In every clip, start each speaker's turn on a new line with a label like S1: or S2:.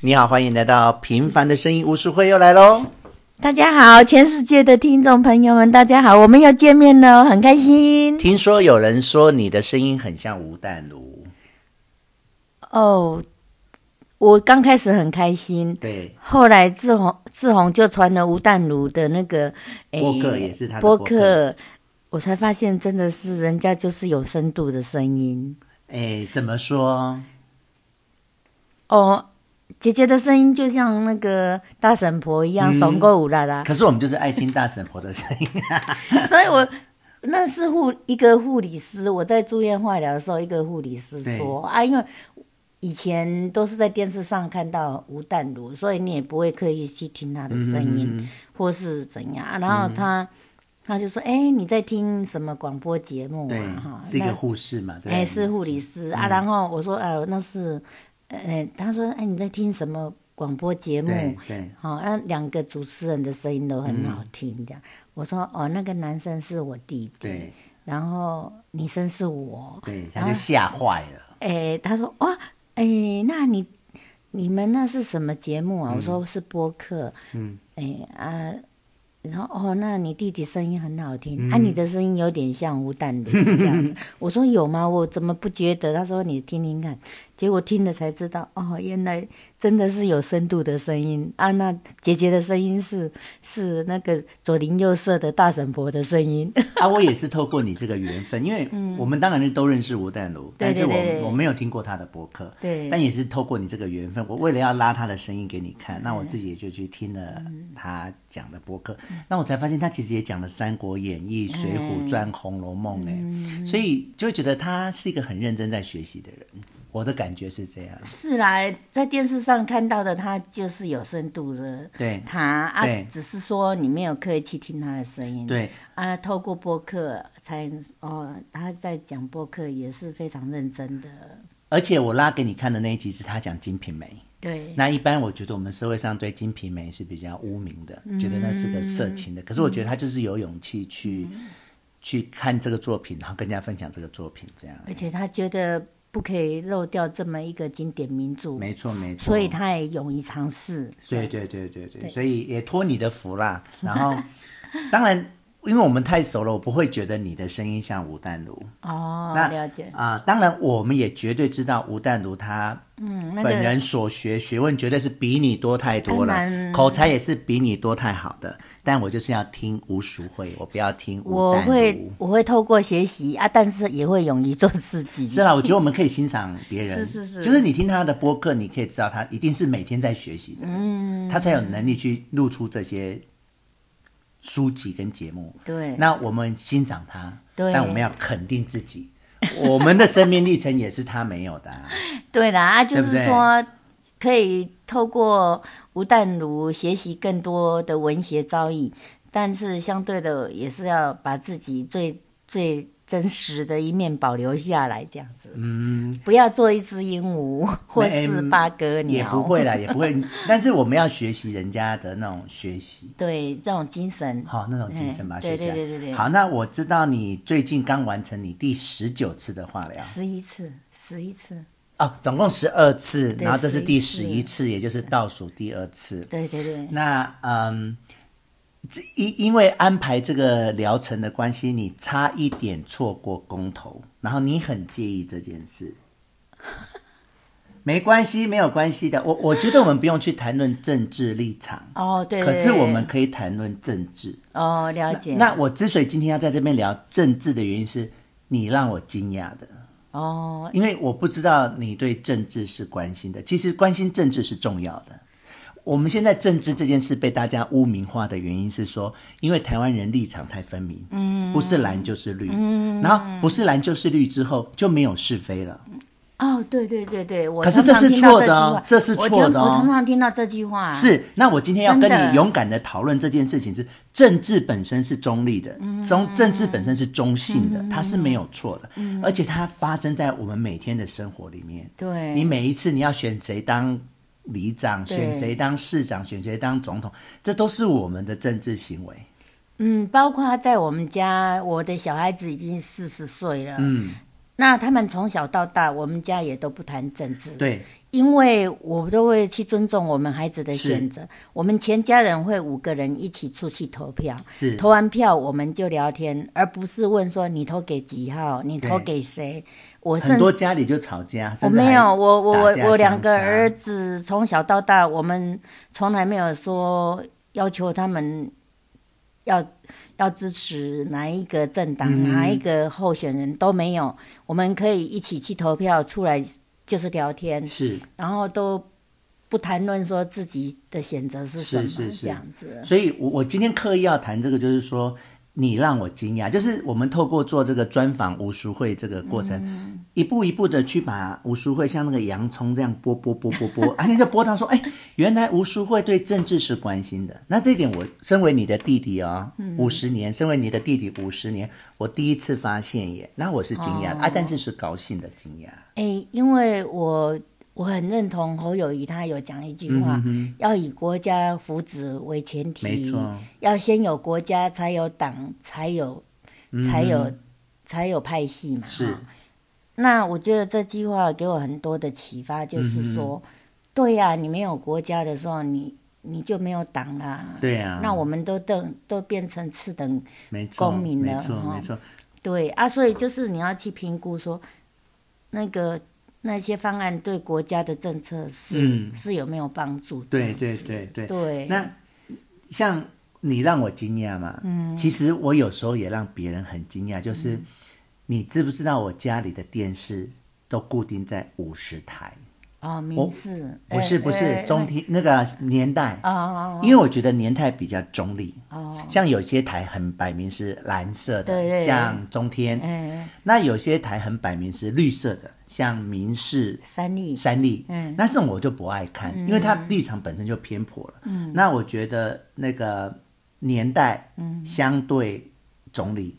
S1: 你好，欢迎来到《平凡的声音》，吴淑慧又来喽。
S2: 大家好，全世界的听众朋友们，大家好，我们又见面了，很开心
S1: 听说有人说你的声音很像吴淡如，
S2: 哦。我刚开始很开心，
S1: 对，
S2: 后来志宏志宏就传了吴淡如的那个诶
S1: 播客也是他的
S2: 播
S1: 播客
S2: 客，我才发现真的是人家就是有深度的声音
S1: 哎，怎么说？
S2: 哦。姐姐的声音就像那个大婶婆
S1: 嗯
S2: 一样，怂够舞啦啦，
S1: 可是我们就是爱听大婶婆的声 音。
S2: 所以我那是护一个护理师，我在住院化疗的时候，一个护理师说啊，因为以前都是在电视上看到吴淡如，所以你也不会刻意去听她的声
S1: 嗯
S2: 音、或是怎样。啊然后他、他就说：“哎、你在听什么广播节目
S1: 对
S2: 啊？”哈，，
S1: 是一
S2: 那
S1: 个护士嘛，对，嗯
S2: 哎、是护理师、啊。然后我说：“呃，那是……呃，他说：‘哎，你在听什么广播节目？’
S1: 对对，嗯
S2: 好、那两个主持人的声音都很好听，这样。我说哦，那个男生是我弟弟，
S1: 对
S2: 然后女生是我。
S1: 对，他就吓坏了。
S2: 哎，他说哇，哎，那你你们那是什么节目啊？我说是播客。嗯，哎啊，然后哦，那你弟弟声音很好听，啊，你的声音有点像吴淡如这样子。我说有吗？我怎么不觉得？他说你听听看，结果听了才知道，哦，原来真的是有深度的声音啊。那姐姐的声音是是那个左邻右舍的大婶婆的声音。
S1: 啊，我也是透过你这个缘分，因为我们当然是都认识吴淡如，但是
S2: 嗯对对
S1: 我
S2: 对
S1: 我没有听过他的博客，
S2: 对
S1: 但也是透过你这个缘分，我为了要拉他的声音给你看，那我自己也就去听了
S2: 嗯
S1: 他讲的博客，那我才发现他其实也讲了《三国演义》《水浒传》《红楼梦》
S2: 嗯
S1: 哎，所以就会觉得他是一个很认真在学习的人，我的感觉是这样，
S2: 是啦，在电视上看到的他就是有深度的，
S1: 对
S2: 他啊
S1: 对，
S2: 只是说你没有刻意去听他的声音，
S1: 对
S2: 啊，透过播客才哦，他在讲播客也是非常认真的，
S1: 而且我拉给你看的那一集是他讲《金瓶梅》。
S2: 对，
S1: 那一般我觉得我们社会上对《金瓶梅》是比较污名的，觉得那是
S2: 嗯
S1: 个色情的。可是我觉得他就是有勇气去、去看这个作品，然后跟人家分享这个作品，这样。
S2: 而且他觉得不可以漏掉这么一个经典名著，
S1: 没错，没错。
S2: 所以，他也勇于尝试，
S1: 对对对对对，所以也托你的福啦。然后，当然，因为我们太熟了，我不会觉得你的声音像吴淡如
S2: 哦，
S1: 那
S2: 了解，
S1: 啊、当然，我们也绝对知道吴淡如她
S2: 嗯，那
S1: 本
S2: 个
S1: 人所学学问绝对是比你多太多
S2: 当
S1: 了，
S2: 然
S1: 口才也是比你多太好的。但我就是要听吴淑慧，我不要听吴
S2: 我
S1: 淡
S2: 会
S1: 如。
S2: 我会透过学习啊，但是也会勇于做自己，
S1: 是啦，我觉得我们可以欣赏别人，
S2: 是是是
S1: 就是你听他的播客，你可以知道他一定是每天在学习的，嗯，他才有能力去录出这些书籍跟节目。
S2: 对
S1: 那我们欣赏他，
S2: 对
S1: 但我们要肯定自己，我们的生命历程也是他没有的啊、
S2: 对啦，啊，就
S1: 对不对
S2: 是说可以透过吴淡如学习更多的文学造诣，但是相对的也是要把自己最最真实的一面保留下来，这样子。嗯，不要做一只鹦鹉或是八哥鸟，
S1: 哎嗯也不会啦，也不会。但是我们要学习人家的那种学习，
S2: 对这种精神。
S1: 好、那种精神嘛，
S2: 嗯
S1: 学
S2: 对
S1: 习。
S2: 对对对对，
S1: 好，那我知道你最近刚完成你第十九次的化疗
S2: 十一次，十一次，
S1: 哦，总共十二次，
S2: 对
S1: 然后这是第十一
S2: 11
S1: 次，也就是倒数第二次。
S2: 对对对，
S1: 那嗯，这因因为安排这个疗程的关系，你差一点错过公投，然后你很介意这件事。没关系，没有关系的。我我觉得我们不用去谈论政治立场，
S2: 哦 对。
S1: 可
S2: 对
S1: 是我
S2: 对
S1: 们可以谈论政治。
S2: 哦了解，
S1: 那我之所以今天要在这边聊政治的原因是，你让我惊讶的，
S2: 哦
S1: 因为我不知道你对政治是关心的。其实关心政治是重要的。我们现在政治这件事被大家污名化的原因是说，因为台湾人立场太分明，嗯，不是蓝就是绿，嗯，然后不是蓝就是绿之后就没有是非了，
S2: 哦，对对对对，我
S1: 可是
S2: 常
S1: 这是
S2: 常听到
S1: 错的
S2: 句
S1: 哦
S2: 话
S1: 这是
S2: 我
S1: 错
S2: 常
S1: 的
S2: 我
S1: 哦
S2: 常常听到这句话，
S1: 是，那我今天要跟
S2: 啊真的
S1: 你勇敢的讨论这件事情是，政治本身是中立的，
S2: 嗯
S1: 中政治本身是中性的，它是没有错的，
S2: 嗯
S1: 而且它发生在我们每天的生活里面。
S2: 对
S1: 你每一次你要选谁当里长，
S2: 对
S1: 选谁当市长，选谁当总统，这都是我们的政治行为。
S2: 嗯，包括在我们家，我的小孩子已经四十岁了，嗯，那他们从小到大，我们家也都不谈政治，
S1: 对，
S2: 因为我都会去尊重我们孩子的
S1: 是
S2: 选择。我们全家人会五个人一起出去投票，
S1: 是
S2: 投完票我们就聊天，而不是问说你投给几号，你投
S1: 对
S2: 给谁。我
S1: 很
S2: 甚
S1: 多家里就吵架，
S2: 我
S1: 甚至还
S2: 没有，我我
S1: 打
S2: 我
S1: 架
S2: 我两个
S1: 相杀
S2: 儿子从小到大，我们从来没有说要求他们要要支持哪一个政党、
S1: 嗯
S2: 哪一个候选人都没有。我们可以一起去投票，出来就是聊天，
S1: 是，
S2: 然后都不谈论说自己的选择是什
S1: 是
S2: 么
S1: 是是
S2: 这样子。
S1: 所以我我今天刻意要谈这个，就是说你让我惊讶，就是我们透过做这个专访吴淑慧这个过程，
S2: 嗯
S1: 一步一步的去把吴淑慧像那个洋葱这样剥剥剥剥剥，啊，那就剥到说，哎，原来吴淑慧对政治是关心的。那这一点我身为你的弟弟啊、哦，
S2: 嗯
S1: 五十、年，身为你的弟弟五十年，我第一次发现耶，那我是惊讶
S2: 哦
S1: 的、啊，但是是高兴的惊讶，
S2: 哎、因为我我很认同侯友谊，他有讲一句话，要以国家福祉为前
S1: 嗯没
S2: 提
S1: 错，
S2: 要先有国家，才有党，才有才有、才有派系嘛。
S1: 嗯是
S2: 哈那我觉得这句话给我很多的启发，
S1: 嗯
S2: 就是说，对呀、你没有国家的时候，你你就没有党啦。
S1: 对啊呀
S2: 那我们都等都变成次等
S1: 没错，
S2: 公民
S1: 没
S2: 了
S1: 错，
S2: 哈
S1: 没错，
S2: 对啊，所以就是你要去评估说，那个那些方案对国家的政策是、
S1: 嗯
S2: 是有没有帮助这
S1: 对
S2: 样子？
S1: 对对对。
S2: 对，
S1: 那像你让我惊讶嘛，嗯，其实我有时候也让别人很惊讶，就是、
S2: 嗯
S1: 你知不知道我家里的电视都固定在五十台，
S2: 哦，名次哎
S1: 不是不是中天那个年代
S2: 啊啊
S1: 因为我觉得年代比较中立，
S2: 哦，
S1: 像有些台很摆明是蓝色的，
S2: 对对对
S1: 像中天，
S2: 哎，
S1: 那有些台很摆明是绿色的，像民视、
S2: 三立
S1: 三立，
S2: 嗯
S1: 那这种我就不爱看，因为它立场本身就偏颇了，嗯，那我觉得那个年代，嗯，相对总理、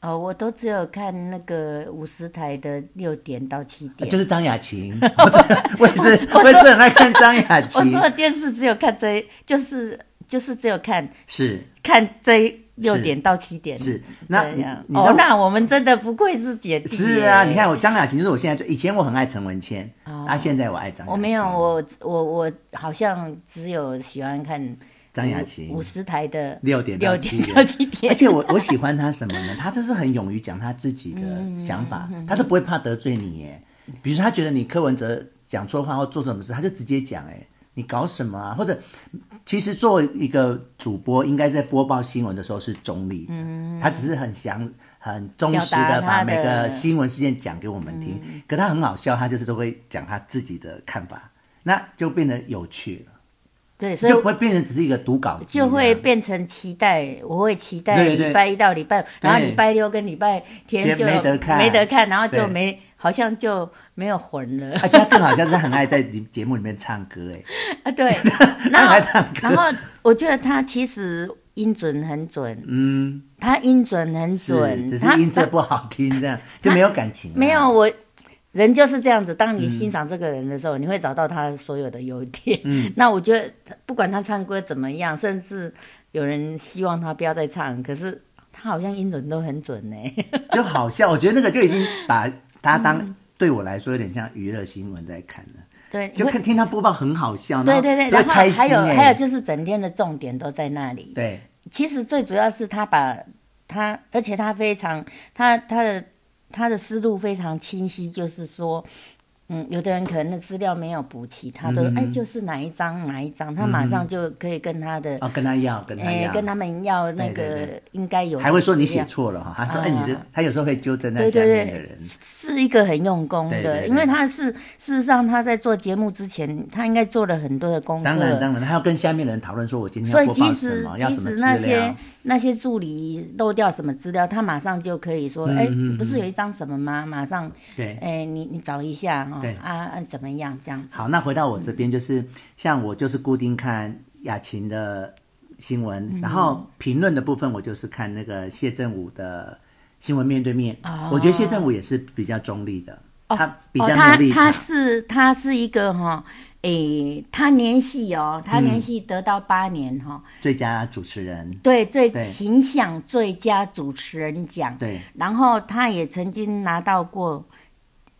S2: 哦，我都只有看那个五十台的六点到七点。
S1: 啊就是张雅 琴，我真的我也是，我也是很爱看张雅
S2: 我
S1: 琴
S2: 说，的电视只有看这一，就是就是只有看
S1: 是
S2: 看这一六点到七点。
S1: 是，那
S2: 这
S1: 你
S2: 样
S1: 你知
S2: 哦
S1: 道，
S2: 那我们真的不愧是姐弟。
S1: 是啊，你。看我张雅琴就是我现在最以前我很爱陈文茜，啊，现在我爱张雅琴，
S2: 哦我没有，我我我好像只有喜欢看
S1: 张雅琴
S2: 五十台的
S1: 六点到
S2: 六
S1: 七
S2: 点到七点，
S1: 而且我我喜欢他什么呢？他就是很勇于讲他自己
S2: 嗯
S1: 的想法，他都不会怕得罪你耶。比如说他觉得你柯文哲讲错话或做什么事，他就直接讲，哎，你搞什么啊？或者其实作为一个主播，应该在播报新闻的时候是中立的，他只是很详很忠实
S2: 嗯表达
S1: 的
S2: 他
S1: 把
S2: 的嗯
S1: 每个新闻事件讲给我们听。可他很好笑，他就是都会讲他自己的看法，那就变得有趣了，
S2: 对，所以
S1: 就不会变成只是一个读稿机啊
S2: 就会
S1: 这样
S2: 变成期待，我会期待
S1: 对对
S2: 礼拜一到礼拜五，然后
S1: 对
S2: 礼拜六跟礼拜天
S1: 天
S2: 就
S1: 没得看
S2: 没得看，然后就
S1: 对
S2: 没好像就没有魂 了
S1: 啊，他更好像是很爱在节目里面唱歌 哎。
S2: 啊！ 对，然
S1: 他还
S2: 后
S1: 唱歌
S2: 然后我觉得他其实音准很准，嗯，他音准很准，
S1: 是，只
S2: 他
S1: 是音色不好听，这样就没有感情、
S2: 没有，我，人就是这样子。当你欣赏这个人的时候，你会找到他所有的优点。嗯， 那我觉得他不管他唱歌怎么样，甚至有人希望他不要再唱，可是他好像音准都很准呢、
S1: 就好笑。我觉得那个就已经把它当、对我来说有点像娱乐新闻在看了，
S2: 对，你
S1: 就
S2: 会
S1: 看听他播报很好笑，
S2: 嗯对对对，
S1: 然
S2: 然
S1: 后就会
S2: 后
S1: 开
S2: 还
S1: 心
S2: 有
S1: 哎、
S2: 还有就是整天的重点都在那里。
S1: 对
S2: 其实最主要是他把他，而且他非常他他的他的思路非常清晰，就是说，嗯，有的人可能的资料没有补齐，他都、
S1: 嗯
S2: 哎就是哪一张哪一张，他马上就可以跟他的。
S1: 哦，跟他要，跟他
S2: 哎，
S1: 要，
S2: 跟他们要那
S1: 对对
S2: 个应该有的资料，
S1: 还会说你写错了哈，他说哎、你
S2: 啊
S1: 的，他有时候会纠正在下面的人，
S2: 是一个很用功
S1: 对对
S2: 的，
S1: 对
S2: 因为他是事实上他在做节目之前，他应该做了很多的功课。
S1: 当然当然，他要跟下面的人讨论说我今天
S2: 所
S1: 要
S2: 以
S1: 播
S2: 即
S1: 报什
S2: 使
S1: 么，要
S2: 即
S1: 什么
S2: 使那
S1: 资料
S2: 些，那些助理漏掉什么资料，他马上就可以说，
S1: 嗯
S2: 哎、不是有一张什么吗？马上，
S1: 对。
S2: 哎，你你找一下哈、
S1: 对
S2: 哦，啊啊怎么样这样子？
S1: 好，那回到我这边，就是、像我就是固定看雅琴的新
S2: 嗯
S1: 闻，然后评论的部分我就是看那个谢振武的新闻面对面。我觉得谢振武也是比较中立的，他比较
S2: 哦，
S1: 没有
S2: 他
S1: 立场。
S2: 他是他是一个哈、哎，诶，他连续哦，他
S1: 嗯
S2: 连续得到八年哈、哦，
S1: 最佳主持人，
S2: 对最
S1: 对
S2: 形象最佳主持人奖，
S1: 对，
S2: 然后他也曾经拿到过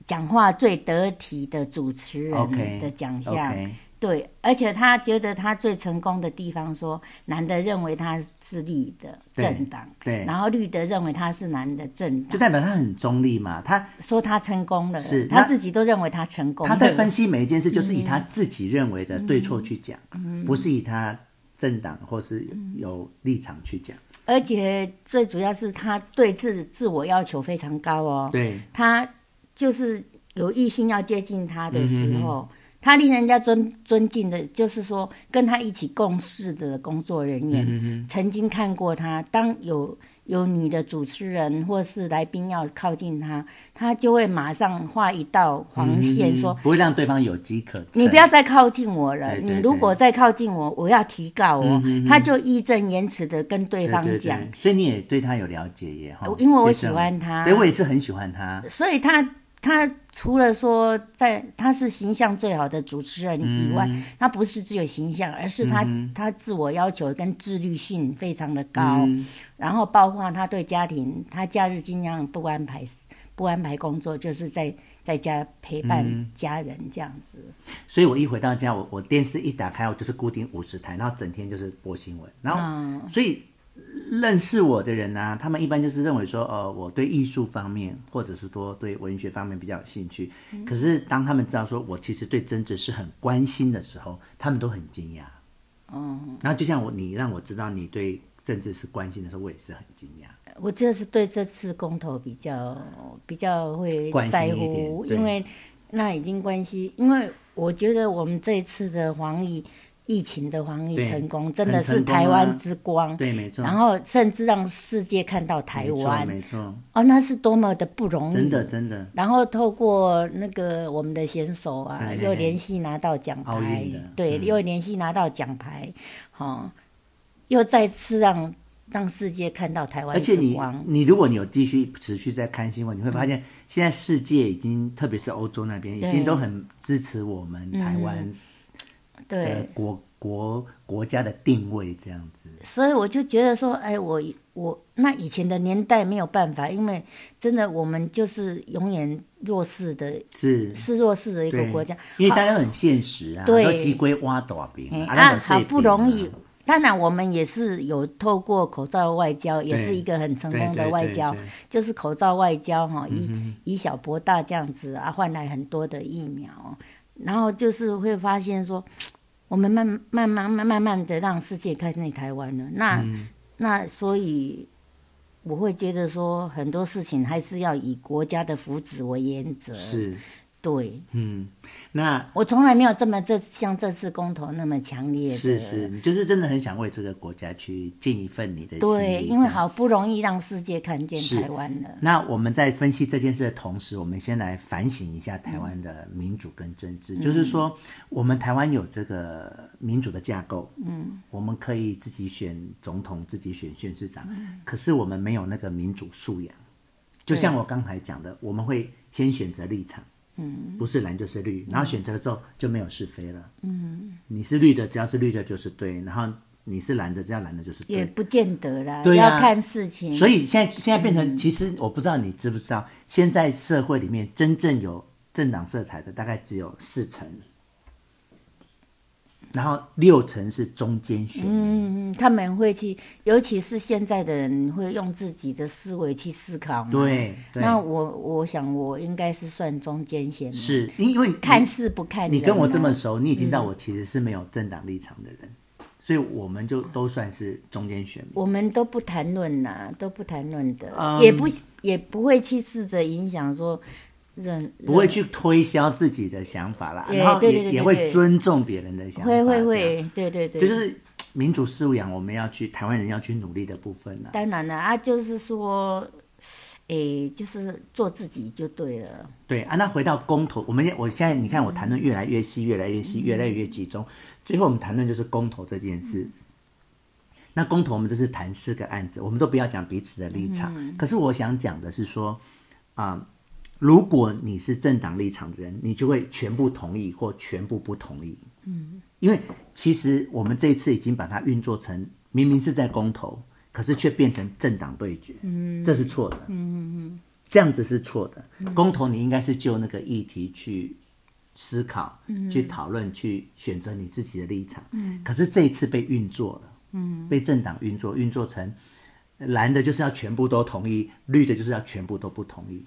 S2: 讲话最得体的主持
S1: OK
S2: 人的奖项。啊
S1: OK，
S2: 对，而且他觉得他最成功的地方说，男的认为他是绿的
S1: 对
S2: 政党，
S1: 对
S2: 然后绿的认为他是男的政
S1: 就
S2: 党，
S1: 代表他很中立嘛，他
S2: 说他成功了，
S1: 是
S2: 他
S1: 那
S2: 自己都认为他成功了。
S1: 他在分析每一件事，就是以
S2: 嗯
S1: 他自己认为的对错去讲，不是以他政党或是
S2: 嗯
S1: 有立场去讲。
S2: 而且最主要是他对自自我要求非常高哦，
S1: 对，
S2: 他就是有异性要接近他的
S1: 嗯
S2: 时候。他令人家尊尊敬的，就是说跟他一起共事的工作人员，
S1: 嗯
S2: 曾经看过他。当有有女的主持人或是来宾要靠近他，他就会马上画一道黄线，说
S1: 嗯不会让对方有机可乘。
S2: 你不要再靠近我了，
S1: 对对嗯
S2: 你如果再靠近我，我要提告哦。他就义正言辞的跟对
S1: 对
S2: 方
S1: 对
S2: 讲，哦
S1: 对，所以你也对他有了解耶哈。
S2: 因为我
S1: 谢谢
S2: 喜欢他
S1: 对我也是很喜欢他。
S2: 所以他他除了说在他是形象最好的主持人以外，他不是只有形象，而是他、他自我要求跟自律性非常的高，然后包括他对家庭，他假日尽量不安排不安排工作，就是在在家陪伴家人这样子。
S1: 所以我一回到家，我我电视一打开，我就是固定五十台，然后整天就是播新闻。然后，
S2: 嗯
S1: 所以认识我的人啊，他们一般就是认为说，呃，我对艺术方面，或者是说对文学方面比较有兴趣。
S2: 嗯
S1: 可是当他们知道说我其实对政治是很关心的时候，他们都很惊讶。嗯，然后就像我，你让我知道你对政治是关心的时候，我也是很惊讶。
S2: 我就是对这次公投比较比较会
S1: 关心
S2: 在
S1: 一点
S2: 乎，
S1: 对
S2: 因为那已经关系，因为我觉得我们这一次的防疫疫情的防疫
S1: 对
S2: 成功，真的是
S1: 很成功啊
S2: 台湾之光。
S1: 对，没错。
S2: 然后甚至让世界看到台
S1: 没错，
S2: 湾
S1: 没错，
S2: 哦，那是多么的不容易。
S1: 真的真的
S2: 然后透过那个我们的选手啊，
S1: 哎
S2: 又连续拿到奖
S1: 奥
S2: 牌
S1: 运的，嗯
S2: 对，又连续拿到奖牌，哦，又再次让让世界看到台
S1: 而
S2: 湾
S1: 且
S2: 之
S1: 你
S2: 光。嗯
S1: 你如果你有继续持续在看新闻，你会发现现在世界已经，特别是欧洲那边，已
S2: 对嗯
S1: 经都很支持我们台湾的
S2: 对，
S1: 国、国国家的定位这样子。
S2: 所以我就觉得说，哎，我我那以前的年代没有办法，因为真的我们就是永远弱势的，
S1: 是，
S2: 是弱势的一个
S1: 对
S2: 国家。
S1: 因为大家都很现实啊，
S2: 对
S1: 都西归挖大饼
S2: 哎
S1: 啊，
S2: 啊，
S1: 那
S2: 好不容易。当然，我们也是有透过口罩外交，也是一个很成功的外交
S1: 对对嗯对对，
S2: 就是口罩外交哈，以、以小博大这样子啊，换来很多的疫苗，然后就是会发现说，我们慢慢慢慢慢慢的让世界看见台湾了。那、
S1: 嗯
S2: 那所以我会觉得说，很多事情还是要以国家的福祉为原则。，
S1: 是，
S2: 对
S1: 嗯，那
S2: 我从来没有这么这像这次公投那么强烈的。
S1: 是是，你就是真的很想为这个国家去尽一份你的心力
S2: 对，因
S1: 这
S2: 为
S1: 样
S2: 好不容易让世界看见
S1: 是
S2: 台湾了。
S1: 那我们在分析这件事的同时，我们先来反省一下台湾的民主跟政治，就是说，我们台湾有这个民主的架构，嗯，我们可以自己选总统，自己选县市长，可是我们没有那个民主素养。就像我刚才讲的，我们会先选择立场，嗯，不是蓝就是绿，然后选择了之后就没有是非了，嗯，你是绿的，只要是绿的就是对，然后你是蓝的，只要蓝的就是对，
S2: 也不见得啦，
S1: 对啊
S2: 要看事情。
S1: 所以现在现在变
S2: 嗯
S1: 成，其实我不知道你知不知道，现在社会里面真正有政党色彩的大概只有四成，然后六成是中间选民。
S2: 嗯，他们会去，尤其是现在的人会用自己的思维去思考嘛。
S1: 对对
S2: 那我我想我应该是算中间选民，
S1: 是因为你
S2: 看事不看人嘛
S1: 你跟我这么熟，你已经知道我其实是没有政党立场的人，所以我们就都算是中间选民。
S2: 我们都不谈论呐，都不谈论的，
S1: 嗯
S2: 也不也不会去试着影响说人，
S1: 不会去推销自己的想法啦，
S2: 哎
S1: 然后
S2: 对对
S1: 也
S2: 对
S1: 也
S2: 对
S1: 会
S2: 对
S1: 尊重别人的想法，
S2: 会会
S1: 这样，
S2: 会，对对对，
S1: 这就是民主素养，我们要去台湾人要去努力的部分啦。
S2: 当然了啊，就是说，诶，就是做自己就对了。
S1: 对啊，那回到公投，我们我现在你看我谈论越来越细，越来越细，越来越集中，最后我们谈论就是公投这件事。那公投我们这是谈嗯四个案子，我们都不要讲彼此的立场。可是我想讲的是说，啊、如果你是政党立场的人，你就会全部同意或全部不同意。嗯，因为其实我们这一次已经把它运作成，明明是在公投，可是却变成政党对决。嗯，这是错的。嗯嗯嗯，这样子是错的。公投你应该是就那个议题去思考、去讨论、去选择你自己的立场。嗯，可是这一次被运作了。嗯，被政党运作，运作成蓝的就是要全部都同意，绿的就是要全部都不同意。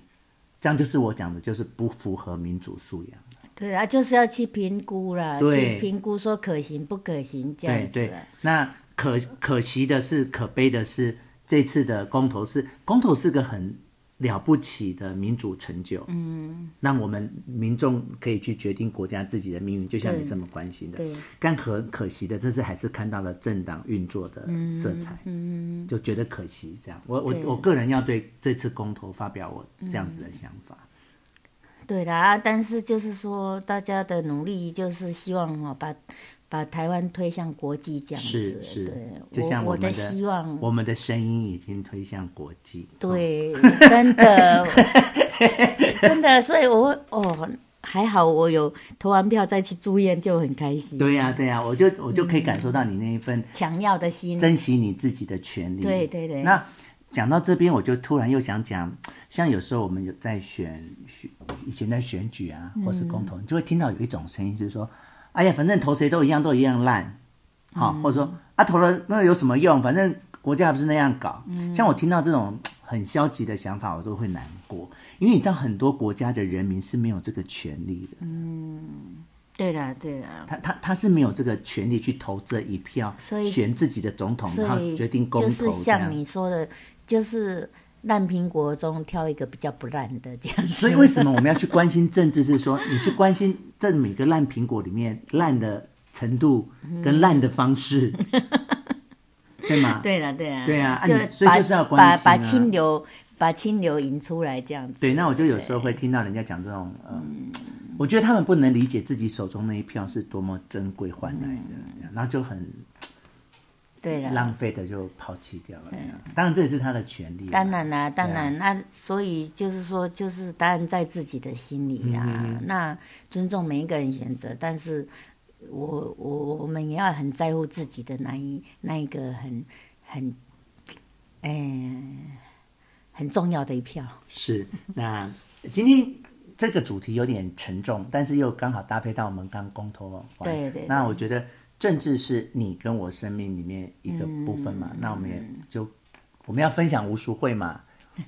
S1: 这样就是我讲的，就是不符合民主素养。
S2: 对啊，就是要去评估啦，
S1: 对
S2: 去评估说可行不可行这样
S1: 对
S2: 子。
S1: 对，那可可惜的是，可悲的是，这次的公投是公投是个很了不起的民主成就，嗯，让我们民众可以去决定国家自己的命运，就像你
S2: 对
S1: 这么关心的
S2: 对。
S1: 但很可惜的，这次还是看到了政党运作的色彩，嗯，就觉得可惜。这样，我我
S2: 对
S1: 我个人要对这次公投发表我这样子的想法。
S2: 对啦，啊但是就是说大家的努力，就是希望哈、把把台湾推向国际这样子。
S1: 是是
S2: 对，，
S1: 就像
S2: 我
S1: 们的哦
S2: 希望，
S1: 我们的声音已经推向国际。
S2: 对，真的，真的，所以我哦还好，我有投完票再去住院就很开心，
S1: 对呀、对呀、我就我就可以感受到你那一份
S2: 想要的心，
S1: 珍惜你自己的权利。
S2: 嗯对对对
S1: 那讲到这边，我就突然又想讲，像有时候我们有在选选以前在选举啊，或
S2: 嗯
S1: 是公投，你就会听到有一种声音是说：“哎呀，反正投谁都一样，都一样烂。好、或者说
S2: 嗯
S1: 啊，投了那有什么用？反正国家还不是那样搞。
S2: 嗯
S1: 像我听到这种很消极的想法，我都会难过，因为你知道很多国家的人民是没有这个权利的。
S2: 对啦对啦，
S1: 他他他是没有这个权利去投这一票，
S2: 所以
S1: 选自己的总统，
S2: 所
S1: 然后
S2: 以
S1: 决定公
S2: 就
S1: 投
S2: 是
S1: 这
S2: 像
S1: 样。
S2: 你说的，就是烂苹果中挑一个比较不烂的这 样子，
S1: 所以为什么我们要去关心政治？是说你去关心这每个烂苹果里面烂的程度跟烂的方式，对吗？
S2: 对啦对啦，
S1: 对啊啊
S2: 就
S1: 你所以
S2: 把
S1: 就是要关
S2: 把
S1: 心
S2: 把
S1: 啊
S2: 清流把清流引出来这样子，
S1: 对，那我就有时候会听到人家讲这种，呃，我觉得他们不能理解自己手中那一票是多么珍贵换来的，这样然后就很
S2: 嗯对啊啦，
S1: 浪费的就抛弃掉了。这样，当然这也是他的权利啦。啊
S2: 当然啦、当然，那、所以就是说，就是答案在自己的心里
S1: 嗯
S2: 啦、那尊重每一个人选择，但是我我我们也要很在乎自己的那一那一个很很，哎、很重要的一票。
S1: 是，那今天这个主题有点沉重，但是又刚好搭配到我们刚公投完。
S2: 对对
S1: 那我觉得政治是你跟我生命里面一个部分嘛，
S2: 嗯
S1: 那我们也就我们要分享吴淑慧嘛，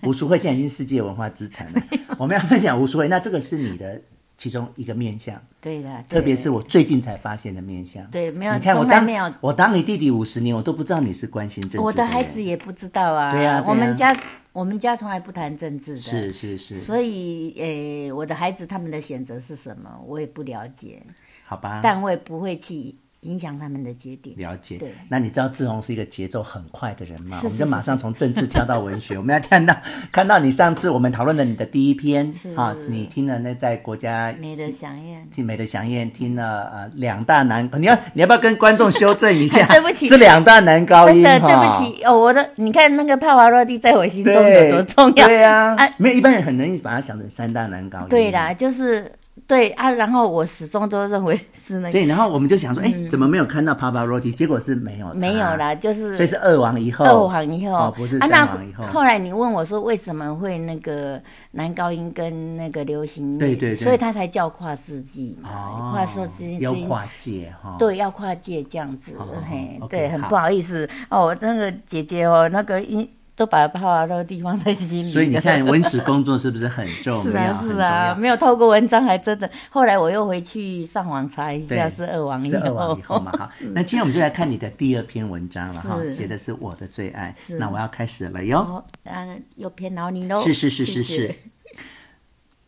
S1: 吴淑慧现在已经世界文化资产 了，我们要分享吴淑慧，那这个是你的其中一个面向。
S2: 对啦，对
S1: 特别是我最近才发现的面向，
S2: 对没有
S1: 你看我
S2: 从来
S1: 当
S2: 没有
S1: 我当你弟弟五十年，我都不知道你是关心政治
S2: 我的
S1: 人
S2: 孩子也不知道啊。
S1: 对啊对啊
S2: 我们家我们家从来不谈政治的。
S1: 是是是，
S2: 所以，诶、我的孩子他们的选择是什么，我也不了解，
S1: 好吧，
S2: 但我也不会去影响他们的决定。
S1: 了解
S2: 对，
S1: 那你知道志宏是一个节奏很快的人吗？
S2: 是
S1: 我们就是马
S2: 是
S1: 上从政治跳到文学。我们要看到 看到你上次我们讨论的你的第一篇
S2: 是
S1: 啊，你听了那在国家
S2: 没得想念。
S1: 听美的祥燕听了呃两大男，你要你要不要跟观众修正一下？
S2: 对不起
S1: 是两大男高
S2: 真
S1: 音
S2: 的，对
S1: 哈
S2: 不起哦，我的，你看那个帕瓦罗蒂在我心中
S1: 对
S2: 有多重要？
S1: 对呀、
S2: 啊
S1: 没有一般人很容易把它想成三大男高音。
S2: 对啦，就是对啊，然后我始终都认为是那个
S1: 对，然后我们就想说，哎、怎么没有看到 Pavarotti？结果是没有，
S2: 嗯没有，
S1: 啊
S2: 啦，就是
S1: 所以是二王一后，
S2: 二皇以后，
S1: 哦不是
S2: 啊，
S1: 三
S2: 那
S1: 王以后
S2: 后来你问我说为什么会那个男高音跟那个流行乐，
S1: 对对对
S2: 所以他才叫跨世纪嘛，
S1: 哦
S2: 跨世纪
S1: 要跨界哈、
S2: 对，要跨界这样子，
S1: 哦
S2: 嘿，
S1: OK，
S2: 对，很
S1: 好
S2: 不好意思哦，那个姐姐哦，那个一都把帕瓦罗蒂放在心里了，
S1: 所以你看，文史工作是不是很重要？
S2: 是啊，
S1: 很
S2: 是
S1: 重
S2: 啊，
S1: 要。
S2: 没有透过文章，还真的。后来我又回去上网查一下，
S1: 对
S2: 是二王以
S1: 是二王以后
S2: 后。
S1: 嘛，哈。那今天我们就来看你的第二篇文章了哈，
S2: 是
S1: 写的是我的最爱。那我要开始了哟。
S2: 哦，啊，又偏劳你喽。
S1: 是是是是
S2: 谢谢
S1: 是，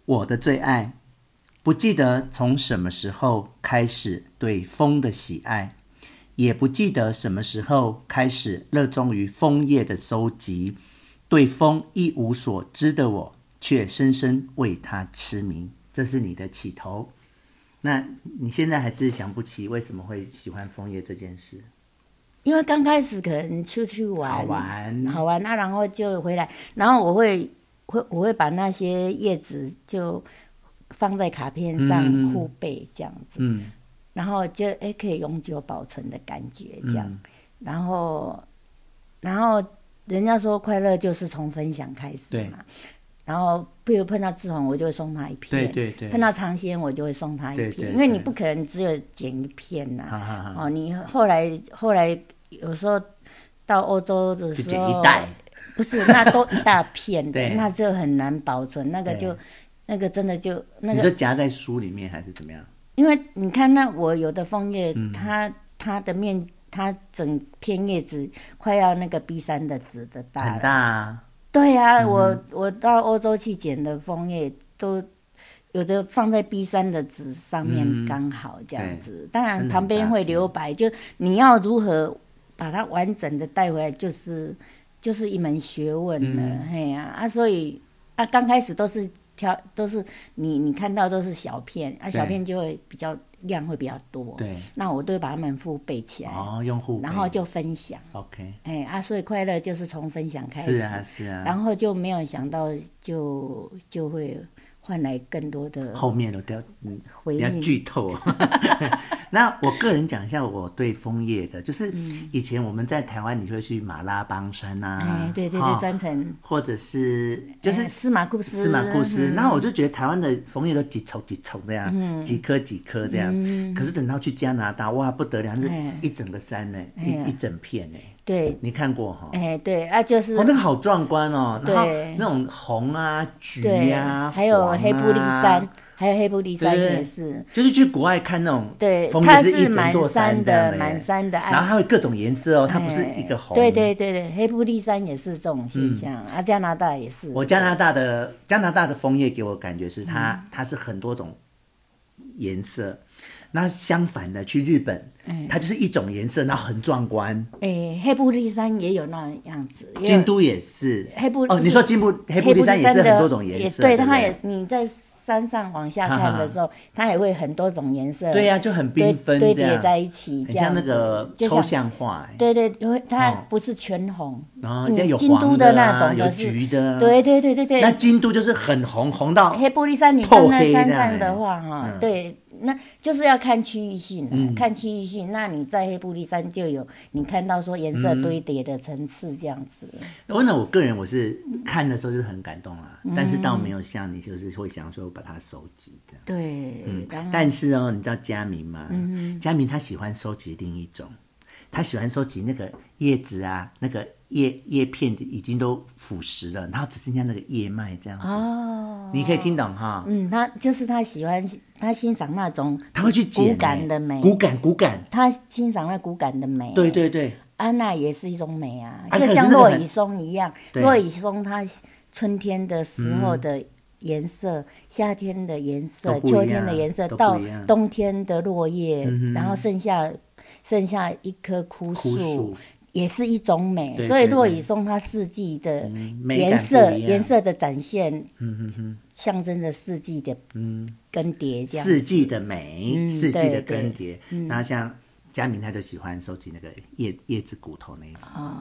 S1: 我的最爱。不记得从什么时候开始对风的喜爱，也不记得什么时候开始热衷于枫叶的收集。对风一无所知的我，却深深为它痴迷。这是你的起头。那你现在还是想不起为什么会喜欢枫叶这件事？
S2: 因为刚开始可能出去玩，
S1: 好玩
S2: 好玩，那、然后就回来，然后我会会我会把那些叶子就放在卡片上
S1: 嗯嗯嗯
S2: 护背这样子，
S1: 嗯
S2: 然后就哎、可以永久保存的感觉这
S1: 嗯
S2: 样，然后然后人家说快乐就是从分享开始
S1: 对
S2: 嘛，然后譬如碰到志宏，我就会送他一片，
S1: 对对对，
S2: 碰到尝鲜，我就会送他一
S1: 对
S2: 片，
S1: 对
S2: 因为
S1: 对
S2: 你不可能只有捡一片呐、
S1: 哈哈哈，
S2: 哦，你后来后来有时候到欧洲的
S1: 就
S2: 时
S1: 捡
S2: 候，
S1: 一袋，
S2: 不是那都一大 片的，
S1: 对
S2: 那就很难保存，那个
S1: 对
S2: 就那个真的就那
S1: 你
S2: 个，
S1: 说夹在书里面还是怎么样？
S2: 因为你看那我有的枫叶，
S1: 嗯
S2: 它它的面。它整片叶子快要那个 B 三的纸的大
S1: 很
S2: 了，
S1: 大啊，
S2: 对呀、我我到欧洲去捡的枫叶都有的放在 B 三的纸上面
S1: 嗯
S2: 刚好这样
S1: 对
S2: 子，当然
S1: 真的
S2: 旁
S1: 很
S2: 边
S1: 大嗯
S2: 会留白，就你要如何把它完整的带回来，就是就是一门学问了，
S1: 嗯
S2: 嘿呀啊所以啊刚开始都是挑都是你你看到都是小片啊小
S1: 对
S2: 片就会比较量会比较多，
S1: 对，
S2: 那我都会把它们复备起来，
S1: 哦，用户
S2: 然后就分享，
S1: OK，
S2: 哎啊所以快乐就是从分享开始，
S1: 是啊是啊，
S2: 然后就没有想到就就会换来更多的
S1: 后面的都要嗯
S2: 回
S1: 你要
S2: 应。
S1: 剧透 哦。那我个人讲一下我对枫叶的，就是
S2: 嗯
S1: 以前我们在台湾，你就会去马拉邦山啊
S2: 哎，，对对
S1: 哈
S2: 对，专程
S1: 或者是就是
S2: 哎司马库斯，嗯
S1: 司马库斯，那我就觉得台湾的枫叶都几丛几丛这样，几颗几颗这样。可是等到去加拿大，哇，不得了，那
S2: 嗯哎
S1: 一整个山呢，
S2: 哎呀
S1: 一一整片呢，
S2: 对，
S1: 你看过哈？
S2: 哎对啊，就是
S1: 哦，那个好壮观哦！然后
S2: 对
S1: 那种红啊、橘
S2: 对
S1: 啊，，
S2: 还有
S1: 黄啊
S2: 黑布利山，，还有黑布利山
S1: 对对
S2: 也是，
S1: 就是去国外看那种
S2: 对，
S1: 枫
S2: 它
S1: 叶一整
S2: 满
S1: 座
S2: 山
S1: 这样耶
S2: 满山的
S1: 然后
S2: 爱。
S1: 它有各种颜色哦，它不是
S2: 哎
S1: 一个红。嗯
S2: 对对对对，黑布利山也是这种现象啊，加拿大也是。
S1: 我加拿大的加拿大的枫叶给我感觉是它、
S2: 嗯
S1: 它是很多种颜色，那相反的去日本，它就是一种颜色，然后很壮观。
S2: 哎，黑布利山也有那样子，也有
S1: 京都也是
S2: 黑布
S1: 哦，你说京都黑布
S2: 黑
S1: 利
S2: 布
S1: 山
S2: 利
S1: 也
S2: 山
S1: 是
S2: 的
S1: 很多种颜
S2: 也
S1: 色，
S2: 对，
S1: 不
S2: 它也你在山上往下看的时候，它也会很多种颜色，
S1: 对呀、就很
S2: 堆
S1: 缤纷
S2: 堆
S1: 这
S2: 叠
S1: 样，
S2: 在一起，
S1: 很
S2: 这样
S1: 像那
S2: 子
S1: 个
S2: 就
S1: 抽
S2: 像
S1: 象画、欸。
S2: 对对，因为它
S1: 哦
S2: 不是全红，
S1: 然后
S2: 嗯
S1: 要有
S2: 京
S1: 黄
S2: 都
S1: 的
S2: 那种
S1: 有
S2: 的是，
S1: 橘的啊，
S2: 对对对对
S1: 那
S2: 对，
S1: 京都就是很红，红到
S2: 黑玻璃山，你
S1: 透
S2: 看
S1: 黑
S2: 那山
S1: 这样
S2: 上
S1: 哎
S2: 的话，哈，对，那就是要看区域性
S1: 嗯
S2: 啊，看区域性。那你在黑玻璃山就有你看到说颜
S1: 嗯
S2: 色堆叠的层次这样子，
S1: 我哦那我个人我是看的时候就是很感动啊，
S2: 嗯
S1: 但是倒没有像你就是会想说把它收集这样。
S2: 对，然嗯后
S1: 但是哦，你知道佳明吗？佳明他喜欢收集另一种，他喜欢收集那个叶子啊，那个叶叶片已经都腐蚀了，然后只剩下那个叶脉这样子。
S2: 哦。
S1: 你可以听懂哈？
S2: 嗯，他就是他喜欢他欣赏那种
S1: 他会去捡、
S2: 骨感的美
S1: 骨感骨感，
S2: 他欣赏那骨感的美。啊
S1: 对，对对，
S2: 安娜也是一种美啊，
S1: 啊
S2: 就
S1: 可是那
S2: 像
S1: 个
S2: 落
S1: 很
S2: 羽松一样，
S1: 对嗯
S2: 落羽松它春天的时候的颜色，夏天的颜色
S1: 都，不一样
S2: 秋天的颜色，
S1: 都不
S2: 到
S1: 一样嗯
S2: 冬天的落叶，然后剩下剩下一棵枯
S1: 枯树
S2: 也是一种美，
S1: 对
S2: 所以
S1: 对
S2: 落
S1: 对
S2: 羽松它四季的
S1: 美感
S2: 颜色、
S1: 不一样嗯
S2: 颜色的展现，象征着四季的更迭，这样
S1: 四季的美，
S2: 嗯
S1: 四季的
S2: 对嗯
S1: 更迭。然后像佳明他就喜欢收集那个叶叶子骨头那一种，
S2: 哦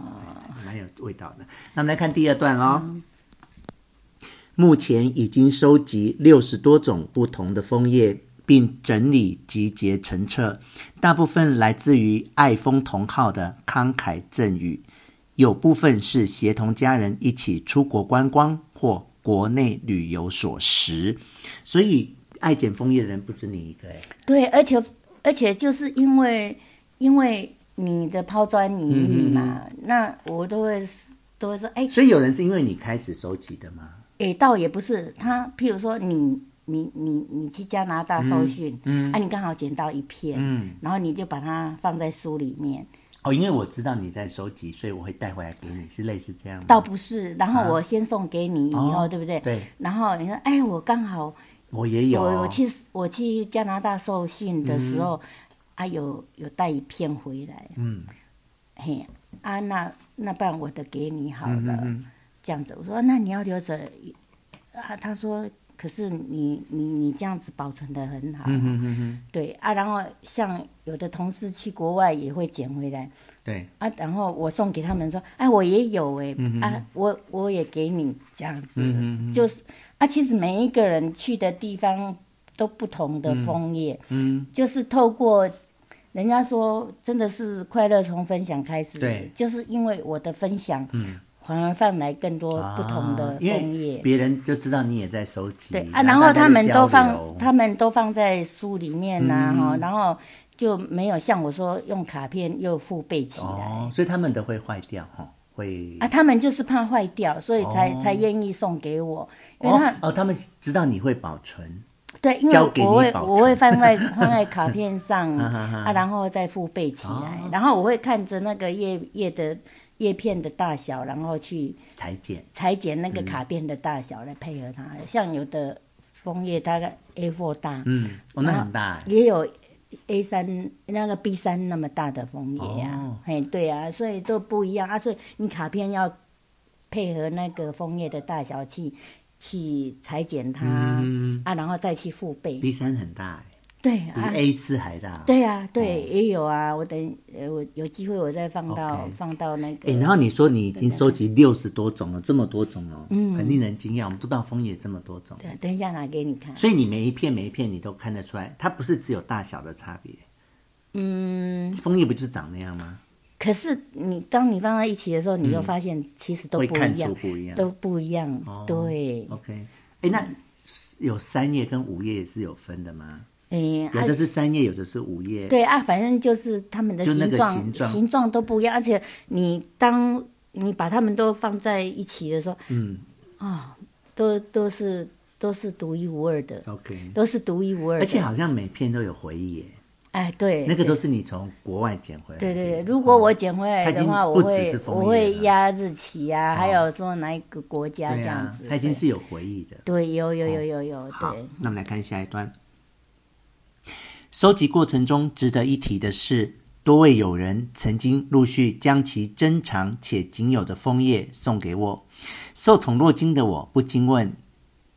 S1: 哎蛮有味道的。那我们来看第二段喽。目前已经收集六十多种不同的枫叶，并整理集结成册，大部分来自于爱枫同好的慷慨赠予，有部分是协同家人一起出国观光或国内旅游所识。所以爱捡枫叶的人不止你一个哎、
S2: 对，而且而且就是因为因为你的抛砖引玉嘛，那我都会都会说，哎、
S1: 所以有人是因为你开始收集的吗？
S2: 哎、倒也不是他，譬如说你。你你你去加拿大搜寻，啊，你刚好捡到一片，然后你就把它放在书里面，
S1: 哦，因为我知道你在收集，所以我会带回来给你，是类似这样吗？
S2: 倒不是，然后我先送给你，以后、
S1: 哦
S2: 对不对？
S1: 对。
S2: 然后你说，哎，我刚好
S1: 我也有，
S2: 我我去我去加拿大受训的时候，啊有有带一片回来，嗯，嘿啊那那不然嗯我的给你好了，这样子我说那你要留着，啊他说可是你你你这样子保存的很好、啊，嗯嗯嗯对啊，然后像有的同事去国外也会捡回来
S1: 对，
S2: 啊，然后我送给他们说，哎、我也有哎、
S1: 嗯
S2: 啊，我我也给你这样子，就是啊，其实每一个人去的地方都不同的枫叶，
S1: 嗯，
S2: 就是透过人家说，真的是快乐从分享开始。
S1: 对，嗯
S2: 就是因为我的分享，反而放来更多不同的
S1: 啊因
S2: 枫
S1: 为
S2: 叶。
S1: 别人就知道你也在收集，
S2: 对啊，然后
S1: 大家嗯
S2: 他们
S1: 就
S2: 都
S1: 交流
S2: 放，他们都放在书里面呐、哈、然后就没有像我说用卡片又复备起来、
S1: 哦，所以他们的会坏掉哈，会
S2: 啊，他们就是怕坏掉，所以才、才愿意送给我，因为他、
S1: 哦哦，他们知道你会保存，
S2: 对，因为
S1: 交给
S2: 我
S1: 你
S2: 会
S1: 保
S2: 我
S1: 存
S2: 会放 在放在卡片上啊，然后再复备起来，
S1: 哦
S2: 然后我会看着那个叶叶的叶片的大小，然后去
S1: 裁剪
S2: 裁剪那
S1: 嗯
S2: 个卡片的大小来配合它。像有的枫叶大概 A4 大，
S1: 嗯，哦，那很大
S2: 也有 A 三那个 B 三那么大的枫叶啊，
S1: 哦
S2: 嘿，对啊，所以都不一样啊，所以你卡片要配合那个枫叶的大小去去裁剪它、
S1: 嗯
S2: 啊，然后再去复备。
S1: 欸，B 三很大，
S2: 对
S1: 比
S2: 啊，
S1: A 四还大，
S2: 对啊，对，
S1: 哦
S2: 也有啊。我等呃，我有机会我再放到
S1: OK
S2: 放到那个。
S1: 哎，然后你说你已经收集六十多种了，这么多种哦，嗯，很令人惊讶，我们都不知道枫叶这么多种，
S2: 对，等一下拿给你看。
S1: 所以你每一片每一片你都看得出来，它不是只有大小的差别，嗯，枫叶不就是长那样吗？
S2: 可是你当你放在一起的时候，你就发现其实都
S1: 嗯会
S2: 不
S1: 看
S2: 一
S1: 出
S2: 样，
S1: 不一样哦
S2: 都不一样。对，
S1: ，OK，哎，那有三叶跟五叶也是有分的吗？
S2: 哎，
S1: 有
S2: 啊
S1: 的，是三叶，有的是五叶，
S2: 对啊，反正就是它们的
S1: 就那
S2: 形
S1: 个
S2: 状
S1: 形状
S2: 都不一样，而且你当你把它们都放在一起的时候，嗯，啊，都都是都是独一无二的，
S1: ，OK，
S2: 都是独一无二
S1: 嗯
S2: 的。
S1: 而且好像每片都有回忆耶。
S2: 哎，对，
S1: 那个
S2: 对
S1: 都是你从国外捡回来的。
S2: 对对对，如果我捡回来
S1: 它已
S2: 的
S1: 经
S2: 话，
S1: 不
S2: 我
S1: 只
S2: 会
S1: 是枫
S2: 我
S1: 叶
S2: 会
S1: 了哦
S2: 压日期啊，还有说哪一个国家这
S1: 对
S2: 样
S1: 啊
S2: 子。，
S1: 它已经
S2: 对
S1: 是有回忆的。
S2: 对，有有有有有，
S1: 好
S2: 对，，
S1: 那我们来看下一段。收集过程中值得一提的是，多位友人曾经陆续将其珍藏且仅有的枫叶送给我。受宠若惊的我不禁问：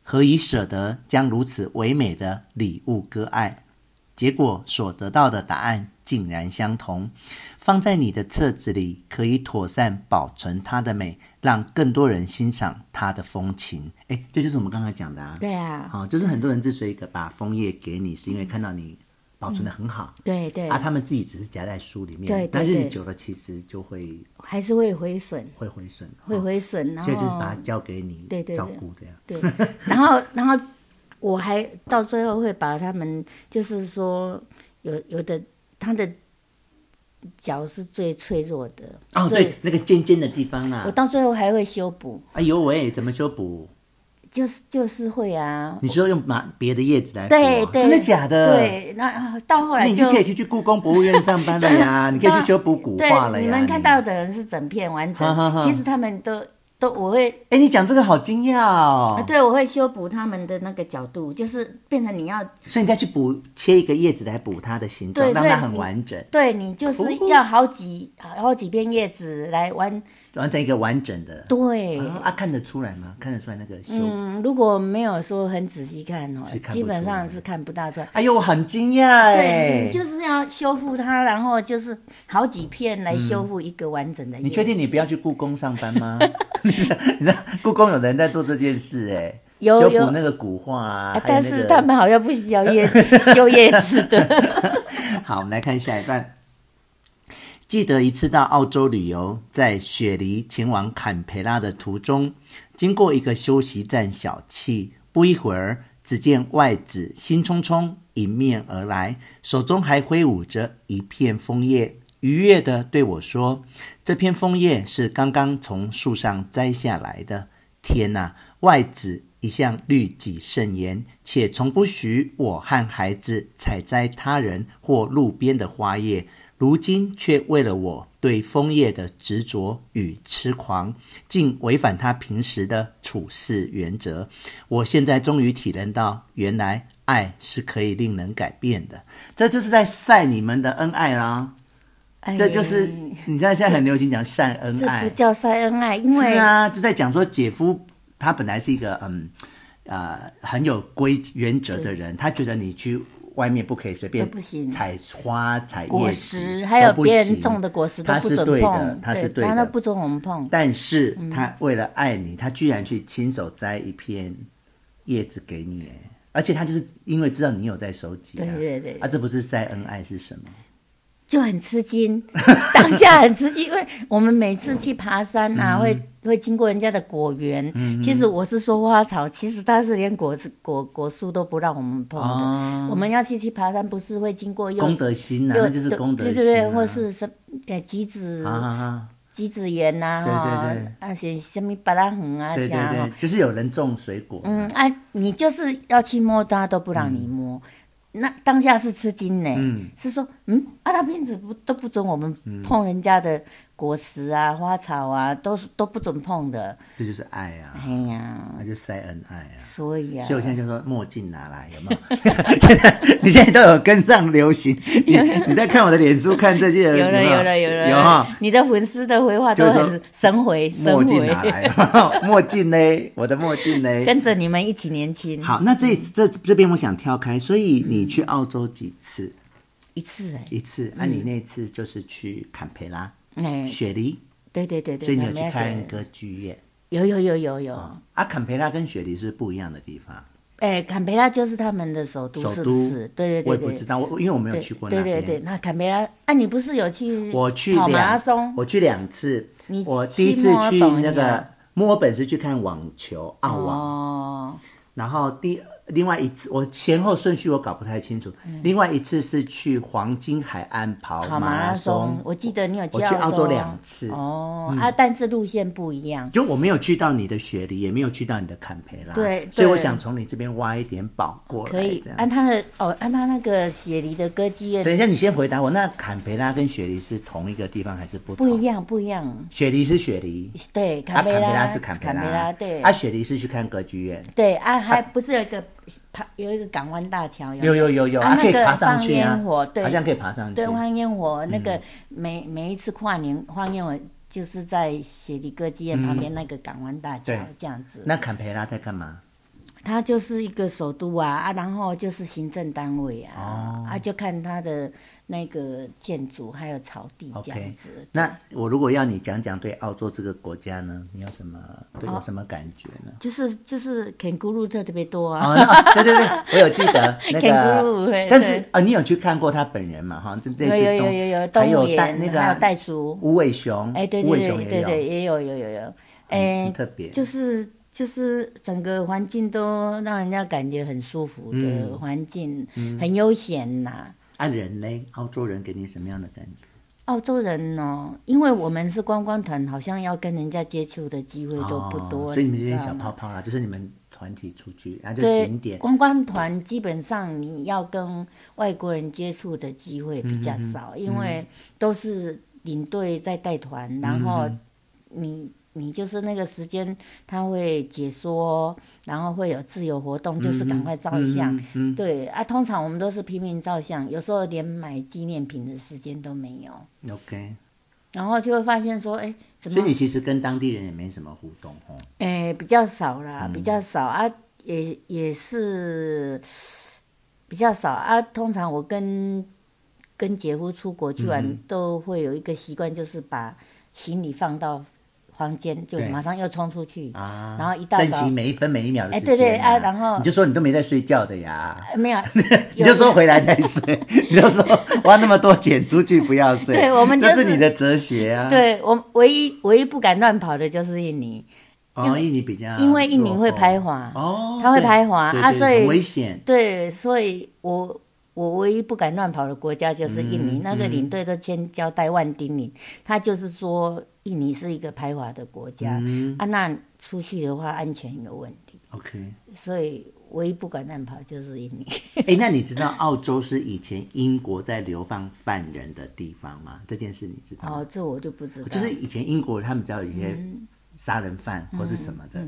S1: 何以舍得将如此唯美的礼物割爱？结果所得到的答案竟然相同。放在你的册子里，可以妥善保存它的美，让更多人欣赏它的风情。哎，这就是我们刚才讲的啊。
S2: 对啊，
S1: 好、就是很多人之所以把枫叶给你，是因为看到你保存的很好、
S2: 对对
S1: 啊，，他们自己只是夹在书里面，
S2: 嗯对对
S1: 但日子
S2: 对
S1: 久了其实就会
S2: 还是会毁损，
S1: 会毁损，
S2: 会
S1: 哦
S2: 毁损，然
S1: 所以就是把
S2: 后
S1: 它交给你
S2: 对对对
S1: 照顾这样。
S2: 对， 然后然后我还到最后会把他们，就是说有有的他的脚是最脆弱的，
S1: 哦，
S2: 所以
S1: 对，那个尖尖的地方
S2: 我
S1: 啊，
S2: 到最后还会修补，
S1: 哎呦喂，怎么修补？
S2: 就是就是会啊，
S1: 你说用马别的叶子来补啊、
S2: 对对，
S1: 真的假的？，
S2: 对，那啊到后
S1: 那
S2: 来
S1: 你就
S2: 就
S1: 可以去去故宫博物院上班了 呀，你可以去修补古
S2: 对
S1: 画了呀。
S2: 你们看
S1: 你
S2: 到的人是整片完整，
S1: 哈哈哈
S2: 其实他们都都我会、
S1: 哎，你讲这个好惊讶哦
S2: 啊，。对我会修补他们的那个角度，就是变成你要
S1: 所以你再去补切一个叶子来补它的形状，
S2: 对
S1: 让
S2: 所以
S1: 它很
S2: 你
S1: 完整。
S2: 对你就是
S1: 哦
S2: 要好几好几片叶子来完
S1: 完成一个完整的。
S2: 对。
S1: 啊啊，看得出来吗？看得出来那个修。
S2: 嗯，如果没有说很仔细看哦
S1: 是看不出来，
S2: 基本上是看不大出来。
S1: 哎呦，我很惊讶哎！
S2: 对你就是要修复它，然后就是好几片来修复一个完整的叶子。
S1: 你确定你不要去故宫上班 吗？你知道，你知道故宫有人在做这件事哎，
S2: 有
S1: 修
S2: 有
S1: 补那个古画啊，
S2: 啊
S1: 还有
S2: 但
S1: 那
S2: 是
S1: 个
S2: 他们好像不需要叶子修叶子的。
S1: 好，我们来看下一段。记得一次到澳洲旅游，在雪梨前往坎培拉的途中，经过一个休息站小憩，不一会儿，只见外子兴冲冲迎面而来，手中还挥舞着一片枫叶，愉悦地对我说：“这片枫叶是刚刚从树上摘下来的。”天呐，外子一向律己慎言，且从不许我和孩子采摘他人或路边的花叶。如今却为了我对枫叶的执着与痴狂，竟违反他平时的处事原则。我现在终于体认到，原来爱是可以令人改变的。这就是在晒你们的恩爱啦！ 这就是哎
S2: 哎
S1: 你现在现在很流行讲晒恩
S2: 这
S1: 爱啊
S2: 不，叫晒恩爱，因为
S1: 是啊，就在讲说姐夫他本来是一个嗯啊、很有规原则的人，他觉得你去外面不可以随便
S2: 都不行
S1: 采花、采
S2: 果
S1: 叶子
S2: 实还有
S1: 都不
S2: 别人
S1: 行
S2: 种的果实都
S1: 他
S2: 不
S1: 是
S2: 准
S1: 对的
S2: 碰，，
S1: 他是
S2: 对，
S1: 对
S2: 他
S1: 的
S2: 都。不嗯准我们碰。
S1: 但是他为了爱你，他居然去亲手摘一片叶子给你，哎而且他就是因为知道你有在收集、啊，
S2: 对对对
S1: 啊，这不是晒恩爱是什么？
S2: 就很吃惊， 当下很吃惊，因为我们每次去爬山
S1: 嗯
S2: 啊，会会经过人家的果园。其实我是说花草，其实它是连果子果果树都不让我们碰的。我们要去去爬山，不是会经过柚
S1: 哦功德心呐、
S2: 柚
S1: 那就是功德心、
S2: 对
S1: 啊，
S2: 对对，或是什呃橘子、
S1: 啊啊啊，
S2: 橘子园呐、
S1: 对
S2: 哈
S1: 对对
S2: 啊，些什么巴拉红啊，
S1: 对对
S2: 啥哈
S1: 对，就是有人种水果，
S2: 嗯啊，你就是要去摸它，都不让你摸。
S1: 嗯
S2: 那当下是吃惊呢，是说，嗯，啊，那片子不都不准我们碰人家的果实啊、花草啊，都是都不准碰的。
S1: 这就是爱啊，
S2: 哎呀，
S1: 那就晒恩爱啊。
S2: 所以啊
S1: 所以，我现在就说墨镜拿来，有没有？ 现在你现在都有跟上流行，你你在看我的脸书看这些人，
S2: 有了
S1: 没
S2: 有了有了，
S1: 有哈。
S2: 你的粉丝的回话都
S1: 就是
S2: 很神回
S1: 墨
S2: 神
S1: 镜啊拿
S2: 回，
S1: 来， 墨镜呢？我的墨镜呢？
S2: 跟着你们一起年轻。
S1: 好，那这这这边我想跳开，所以你去澳洲几次？
S2: 一次哎、
S1: 一次，那、你那次就是去坎培拉、
S2: 哎、
S1: 雪梨，
S2: 对对对对，
S1: 所以你有
S2: 他们
S1: 去
S2: 要
S1: 看
S2: 写
S1: 歌剧院
S2: 有有有有有，
S1: 啊？坎培拉跟雪梨是不是不一样的地方，
S2: 哎、坎培拉就是他们的首都，
S1: 首
S2: 是不
S1: 都
S2: 是？对对对对，
S1: 我也不知道，我因为我没有
S2: 对
S1: 去过那
S2: 对
S1: 边。
S2: 对对，那坎培拉，啊，你不是有去
S1: 我去
S2: 跑马
S1: 两
S2: 拉松？
S1: 我去两次
S2: 你。
S1: 我
S2: 去
S1: 第一次
S2: 墨尔
S1: 去
S2: 本
S1: 那个
S2: 呀
S1: 墨尔本是去看网球，澳网。
S2: 哦，
S1: 然后第另外一次，我前后顺序我搞不太清楚。另外一次是去黄金海岸跑
S2: 嗯跑马
S1: 马
S2: 拉
S1: 拉
S2: 松
S1: 松，，
S2: 我记得你有
S1: 我
S2: 去
S1: 去澳
S2: 洲
S1: 洲两次，嗯
S2: 哦、啊，但是路线不一样。
S1: 就我没有去到你的雪梨，也没有去到你的坎培拉，
S2: 对
S1: 所以
S2: 对
S1: 我想从你这边挖一点宝过
S2: 可
S1: 来，
S2: 以
S1: 这样。
S2: 按他的哦，按他那个雪梨的歌剧院
S1: 等一下，你先回答我，那坎培拉跟雪梨是同一个地方还是不
S2: 不
S1: 同？
S2: 一样，不一样。
S1: 雪梨是雪梨，
S2: 对，
S1: 啊，
S2: 坎
S1: 坎培
S2: 培
S1: 拉
S2: 拉
S1: 是坎
S2: 坎
S1: 培
S2: 培拉，对，
S1: 啊，雪梨是去看歌剧院，
S2: 对啊，还不是有一个旁有一个港湾大桥，有没有
S1: 有有有有，
S2: 啊
S1: 啊，可以
S2: 那个
S1: 爬上去
S2: 放
S1: 啊，
S2: 烟火对
S1: 好像可以爬上去，
S2: 对，放烟火
S1: 嗯
S2: 那个每、每一次跨年放烟火，就是在雪梨歌剧院旁边那个港湾大桥、
S1: 嗯对
S2: 这样子。
S1: 那坎培拉在干嘛？
S2: 它就是一个首都啊啊，然后就是行政单位
S1: 哦
S2: 啊、啊，就看它的那个建筑还有草地这样
S1: OK，
S2: 子。
S1: 那我如果要你讲讲对澳洲这个国家呢，你有什么对
S2: 哦
S1: 我什么感觉呢？
S2: 就是就是肯咕噜特别多啊，
S1: 哦， 那对对对，我有记得那 个
S2: ，Kangaroo，对，
S1: 但是啊，你有去看过他本人嘛？哈，就类
S2: 有
S1: 似
S2: 有有
S1: 动还
S2: 有有动物
S1: 有袋
S2: 园，
S1: 那个
S2: 还
S1: 啊
S2: 有袋鼠，
S1: 无尾熊，
S2: 哎、对
S1: 无
S2: 对
S1: 尾熊
S2: 对对对，
S1: 也有，嗯
S2: 也有有有有，哎、
S1: 很特别。
S2: 就是就是整个环境都让人家感觉很舒服
S1: 嗯
S2: 的环境，很悠闲呐、
S1: 啊，人呢？澳洲人给你什么样的感觉？
S2: 澳洲人哦，因为我们是观光团，好像要跟人家接触的机会都不多，
S1: 哦所以你们这
S2: 知
S1: 些
S2: 道
S1: 小
S2: 吗
S1: 泡泡啊，就是你们团体出去，然后就
S2: 对
S1: 景点。
S2: 观光团基本上你要跟外国人接触的机会比较少，因
S1: 嗯
S2: 为都是领队在带团，然
S1: 嗯
S2: 后你你就是那个时间他会解说，然后会有自由活动，就是
S1: 嗯
S2: 赶快照相。对啊，通常我们都是拼命照相，有时候连买纪念品的时间都没有，
S1: OK，
S2: 然后就会发现说，哎，怎
S1: 所
S2: 么
S1: 以你其实跟当地人也没什么互动
S2: 啊
S1: 哦。
S2: 诶，比较少
S1: 嗯
S2: 啦，比较少啊，也也是比较少啊。通常我跟跟姐夫出国去玩，
S1: 嗯
S2: 都会有一个习惯，就是把行李放到房间，就
S1: 对
S2: 马上又冲出去，
S1: 啊
S2: 然后一大
S1: 珍
S2: 早
S1: 惜每一分每一秒的
S2: 哎
S1: 时间、
S2: 对对啊然后
S1: 你就说你都没在睡觉的呀，，
S2: 呃没有
S1: 你就说回来再睡，你就说花那么多钱出去不要睡，
S2: 对我们就
S1: 这
S2: 是
S1: 是你的哲学啊。
S2: 有，对我唯一唯一不敢乱跑的就是印尼，
S1: 哦，印尼比较落后，
S2: 因为印尼会排华
S1: 哦，
S2: 它会
S1: 对
S2: 排华
S1: 对
S2: 啊
S1: 对
S2: 所以
S1: 很危险。
S2: 对，所以我我唯一不敢乱跑的国家就是印
S1: 嗯
S2: 尼，那个领队都千交代万叮咛，他就是说印尼是一个排华的国家、
S1: 嗯
S2: 啊，那出去的话安全有问题，
S1: OK，
S2: 所以唯一不敢乱跑就是印尼。
S1: 哎，那你知道澳洲是以前英国在流放犯人的地方吗？这件事你知道吗？
S2: 哦，这我就不知道，嗯
S1: 就是以前英国他们只要有一些杀人犯或是什么的，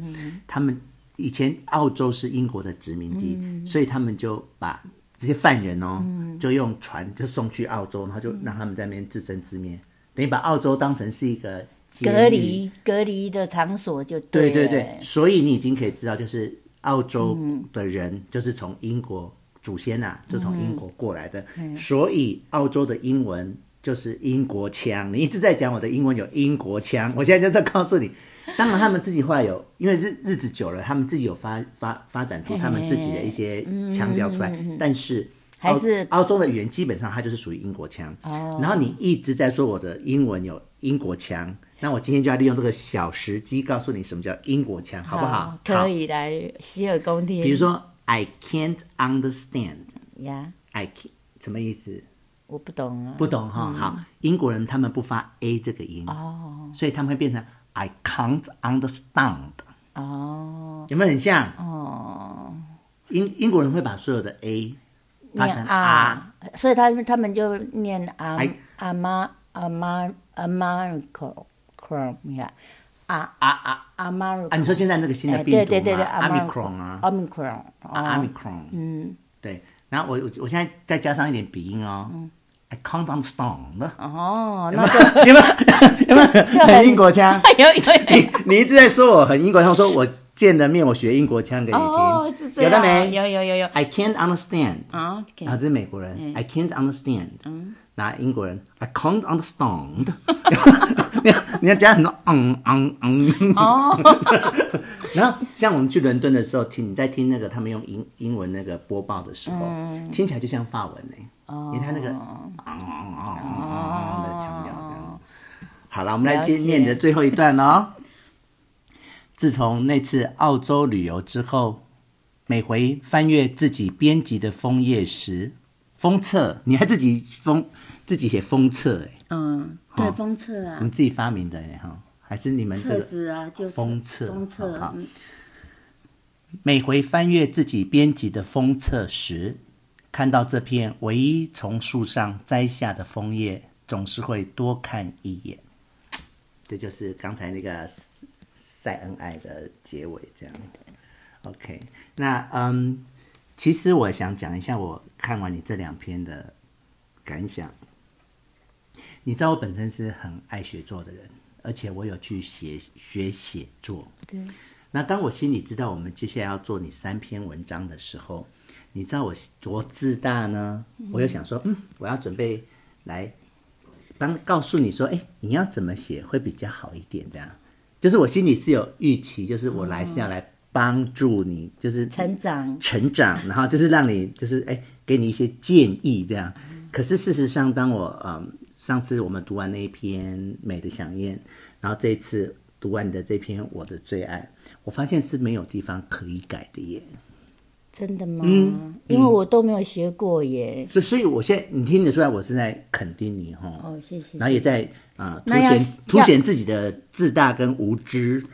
S1: 他们以前澳洲是英国的殖民地，
S2: 嗯
S1: 所以他们就把这些犯人哦，就用船就送去澳洲，然后就
S2: 嗯
S1: 让他们在那边自生自灭，等于把澳洲当成是一个监狱
S2: 隔离隔离的场所就
S1: 对
S2: 对嗯
S1: 对
S2: 了
S1: 对，所以你已经可以知道，就是澳洲的人就是从英国祖先啊，
S2: 嗯
S1: 就从英国过来的，所以澳洲的英文就是英国腔。你一直在讲我的英文有英国腔，我现在就在告诉你。当然，他们自己后来有，因为日日子久了，他们自己有发发发展出他们自己的一些腔调出来，但是。
S2: 嗯还是
S1: 澳澳洲的语言基本上它就是属于英国腔。哦。然后你一直在说我的英文有英国腔，那我今天就要利用这个小时机告诉你什么叫英国腔，好不好？好
S2: 哦可。以来洗耳恭听。
S1: 比如说，I can't understand，I
S2: 呀，
S1: can't 什么意思？
S2: 我不懂啊，
S1: 不懂哈、好，英国人他们不发 a 这个音，哦，所以他们会变成 I can't understand，
S2: 哦，
S1: 有没有很像？哦。英英国人会把所有的 a 发
S2: 念
S1: 成 r。
S2: 啊，所以他们他们就念啊
S1: 哎
S2: 啊妈啊妈啊妈 r chrome 呀，啊
S1: 啊啊
S2: 啊妈
S1: 啊！你说现在那个新的
S2: 哎
S1: 病毒嘛、
S2: 对对对对
S1: 阿米克隆啊，
S2: ，omicron
S1: 阿
S2: 啊
S1: 米克隆，嗯，对。然后我我我现在再加上一点鼻音哦，嗯，I can't understand，
S2: 哦，
S1: 有
S2: 那
S1: 没有？有没有？有没有？
S2: 很？
S1: 很英国腔
S2: 有有
S1: 你你一直在说我很英国腔，我说我见了面我学英国腔给你
S2: 哦，
S1: 听
S2: 是，这
S1: 有
S2: 样，
S1: 了没？
S2: 有有有有
S1: I can't understand，
S2: 啊，OK
S1: 啊，这是美国人，I can't understand，那英国人，I can't understand，你要你要加很多嗯嗯嗯，
S2: 哦，
S1: 然后像我们去伦敦的时候，听你在听那个他们用英英文那个播报的时候，听起来就像法文呢、因为他那个昂昂昂昂昂的腔调这样子。好了，我们来接
S2: 哦了解
S1: 念你的最后一段哦。 自从那次澳洲旅游之后，每回翻阅自己编辑的枫叶时，封册你还自己封自己写封册哎、
S2: 嗯，对，封测啊
S1: 你，自己发明的哎、哈，还是你们这
S2: 册
S1: 个
S2: 子啊，就
S1: 封册，
S2: 封测，
S1: 好
S2: 嗯
S1: 每回翻阅自己编辑的封册时，看到这片唯一从树上摘下的枫叶，总是会多看一眼。这就是刚才那个晒恩爱的结尾，这样。OK，那嗯，其实我想讲一下我看完你这两篇的感想。你知道我本身是很爱写作的人，而且我有去写学写作。
S2: 对，
S1: 那当我心里知道我们接下来要做你三篇文章的时候，你知道我多自大呢？我又想说，嗯，我要准备来当告诉你说，哎，你要怎么写会比较好一点，这样。就是我心里是有预期，就是我来是要来帮助你，就是
S2: 成长
S1: 成长，然后就是让你就是哎，给你一些建议这样。
S2: 嗯
S1: 可是事实上，当我嗯上次我们读完那一篇《美的想念》，然后这一次读完你的这篇《我的最爱》，我发现是没有地方可以改的耶。
S2: 真的吗？
S1: 嗯
S2: 因为我都没有学过耶。
S1: 所以所以我现在你听得出来，我是在肯定你哈。
S2: 哦，谢谢。
S1: 然后也在啊、
S2: 那要
S1: 凸显凸显自己的自大跟无知。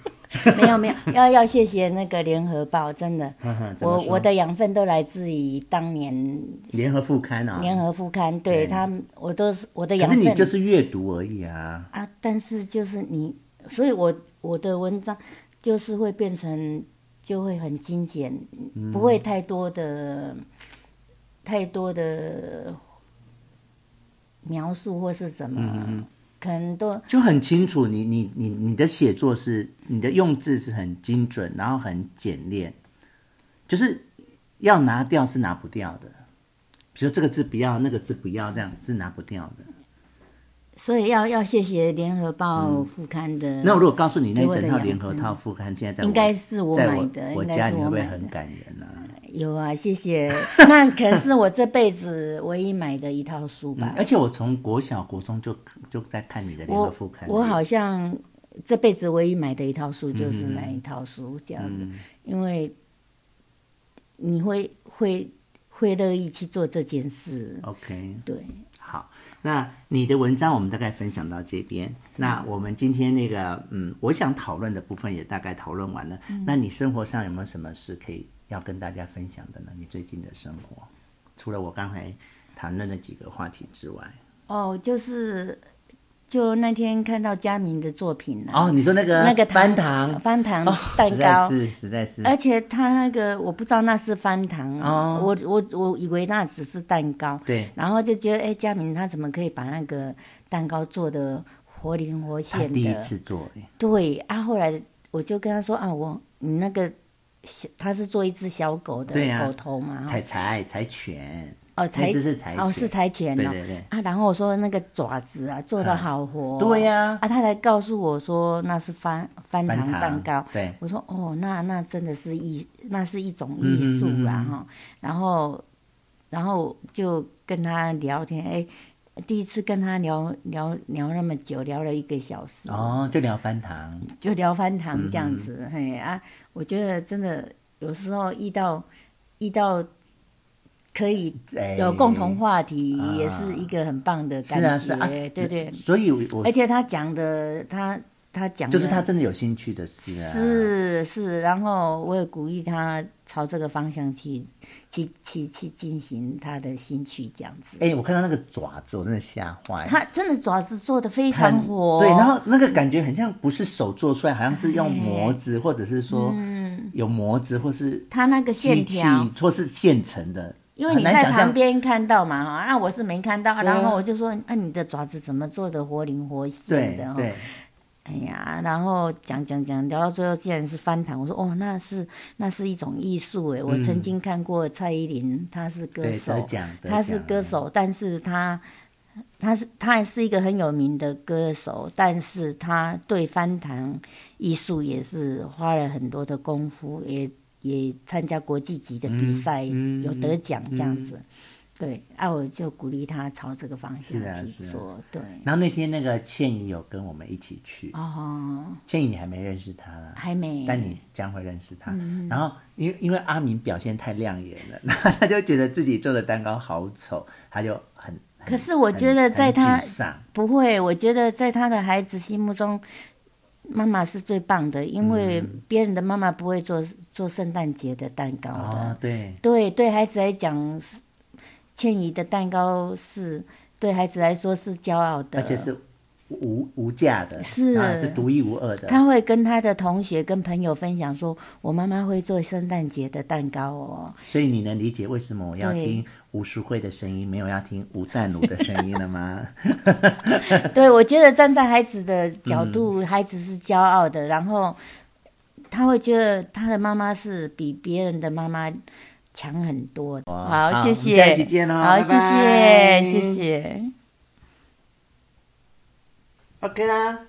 S2: 没有没 有，要要谢谢那个联合报，真的，
S1: 怎么
S2: 我
S1: 说
S2: 我的养分都来自于当年
S1: 联合副刊啊，
S2: 联合副刊，对他们，我都是我的
S1: 可
S2: 养
S1: 是
S2: 分
S1: 你就是阅读而已啊。
S2: 啊，但是就是你，所以我我的文章就是会变成就会很精简，
S1: 嗯
S2: 不会太多的太多的描述或是什么，
S1: 嗯
S2: 可能都
S1: 就很清楚你，你你你的写作是你的用字是很精准，然后很简练，就是要拿掉是拿不掉的。比如说这个字不要，那个字不要，这样是拿不掉的。
S2: 所以要要谢谢联合报副刊
S1: 嗯
S2: 的，
S1: 那我如果告诉你那一
S2: 给我
S1: 整
S2: 的
S1: 套
S2: 养
S1: 联合
S2: 分
S1: 套副刊，现在在
S2: 应该是我
S1: 在
S2: 买
S1: 我
S2: 的
S1: 我
S2: 应该
S1: 家，
S2: 是
S1: 你会
S2: 我
S1: 不会
S2: 买
S1: 很
S2: 的
S1: 感人啊？
S2: 有啊，谢谢。 那可是我这辈子唯一买的一套书吧。
S1: 而且我从国小国中就就在看你的嗯联合
S2: 我
S1: 副刊，
S2: 我好像这辈子唯一买的一套书就是那一套书这样子，
S1: 嗯
S2: 因为你会会会乐意去做这件事，
S1: OK。
S2: 对。
S1: 好，那你的文章我们大概分享到这边。那我们今天那个，嗯，我想讨论的部分也大概讨论完了。
S2: 嗯
S1: 那你生活上有没有什么事可以要跟大家分享的呢？你最近的生活，除了我刚才谈论的几个话题之外，
S2: 哦，就是就那天看到佳明的作品啊，
S1: 哦，你说那个
S2: 那个
S1: 翻糖
S2: 翻糖
S1: 哦，
S2: 蛋
S1: 实在
S2: 糕。呃
S1: 是实在是，
S2: 而且他那个我不知道那是翻糖，啊
S1: 哦
S2: 我我我以为那只是蛋糕，
S1: 对
S2: 然后就觉得哎，诶佳明他怎么可以把那个蛋糕做的活灵活
S1: 他
S2: 现的？
S1: 第一次做，哎
S2: 对啊，后来我就跟他说啊，我你那个小他是做一只小狗的
S1: 对呀
S2: 狗头嘛，
S1: 柴柴柴犬，
S2: 哦，
S1: 那
S2: 柴
S1: 只是柴
S2: 哦，
S1: 犬
S2: 是柴犬
S1: 对
S2: 哦
S1: 对对
S2: 啊，然后我说那个爪子啊做的好活哦、
S1: 嗯对呀
S2: 啊，他才告诉我说那是翻翻
S1: 翻
S2: 糖
S1: 糖
S2: 蛋糕，
S1: 对
S2: 我说哦，那那真的是艺，那是一种艺
S1: 嗯
S2: 术啦哈、然后然后就跟他聊天，哎，第一次跟他聊聊聊那么久，聊了一个小时，
S1: 哦，嗯就聊翻糖，
S2: 就聊翻糖这样子，嘿啊，我觉得真的有时候遇到遇到可以
S1: 哎
S2: 有共同话题，
S1: 啊
S2: 也是一个很棒的
S1: 是
S2: 感觉，
S1: 啊是啊，
S2: 对对，哎
S1: 所以我
S2: 而且他讲的，他他讲的
S1: 就是他真的有兴趣的事啊，
S2: 是是，然后我也鼓励他朝这个方向去去去去进行他的兴趣这样子。
S1: 哎、我看到那个爪子，我真的吓坏。
S2: 他真的爪子做的非
S1: 很
S2: 常火，
S1: 对，然后那个感觉很像不是手做出来，好像是用模子，或者是说有模子，或是
S2: 他那个
S1: 机
S2: 嗯线
S1: 器
S2: 条，
S1: 或是现成的，
S2: 因为
S1: 很
S2: 你
S1: 难
S2: 在
S1: 想象
S2: 旁边看到嘛哈，那我是没看到，
S1: 啊
S2: 然后我就说，那、你的爪子怎么做的活灵活现
S1: 对
S2: 的哈？
S1: 对，
S2: 哎呀，然后讲讲讲，聊到最后竟然是翻糖，我说哦，那是那是一种艺术哎，我曾经看过蔡依林，她是歌
S1: 嗯对
S2: 手
S1: 得奖，得
S2: 她是
S1: 奖
S2: 歌手，但是她。她是她也是一个很有名的歌手，但是她对翻糖艺术也是花了很多的功夫，也也参加国际级的比赛，
S1: 嗯嗯
S2: 有得奖这样子。对，啊，我就鼓励她朝这个方向
S1: 是啊
S2: 去
S1: 是啊
S2: 做。对，
S1: 然后那天那个倩怡有跟我们一起去，
S2: 哦，
S1: 倩怡你还没认识她啦，
S2: 还没。
S1: 但你将会认识她。
S2: 嗯
S1: 然后因为因为阿明表现太亮眼了， 然后他就觉得自己做的蛋糕好丑，他就很。很
S2: 可是我觉得在
S1: 很
S2: 他
S1: 很沮丧
S2: 不会，我觉得在他的孩子心目中，妈妈是最棒的，因为
S1: 嗯
S2: 别人的妈妈不会做做圣诞节的蛋糕的。
S1: 哦，对，
S2: 对，对孩子来讲，是倩怡的蛋糕是对孩子来说是骄傲的，
S1: 而且是无无价的，
S2: 是
S1: 然后是独一无二的。
S2: 他会跟他的同学、跟朋友分享说：“我妈妈会做圣诞节的蛋糕哦。
S1: 所以你能理解为什么我要
S2: 对
S1: 听吴淑慧的声音，没有要听吴淡如的声音了吗？
S2: 对”我觉得站在孩子的角度，
S1: 嗯
S2: 孩子是骄傲的，然后他会觉得他的妈妈是比别人的妈妈强很多的。
S1: 哇好
S2: 谢
S1: 我们
S2: 谢，
S1: 下一集见咯
S2: 好，
S1: 拜
S2: 谢
S1: 拜
S2: 谢，谢谢。
S1: OK 啦，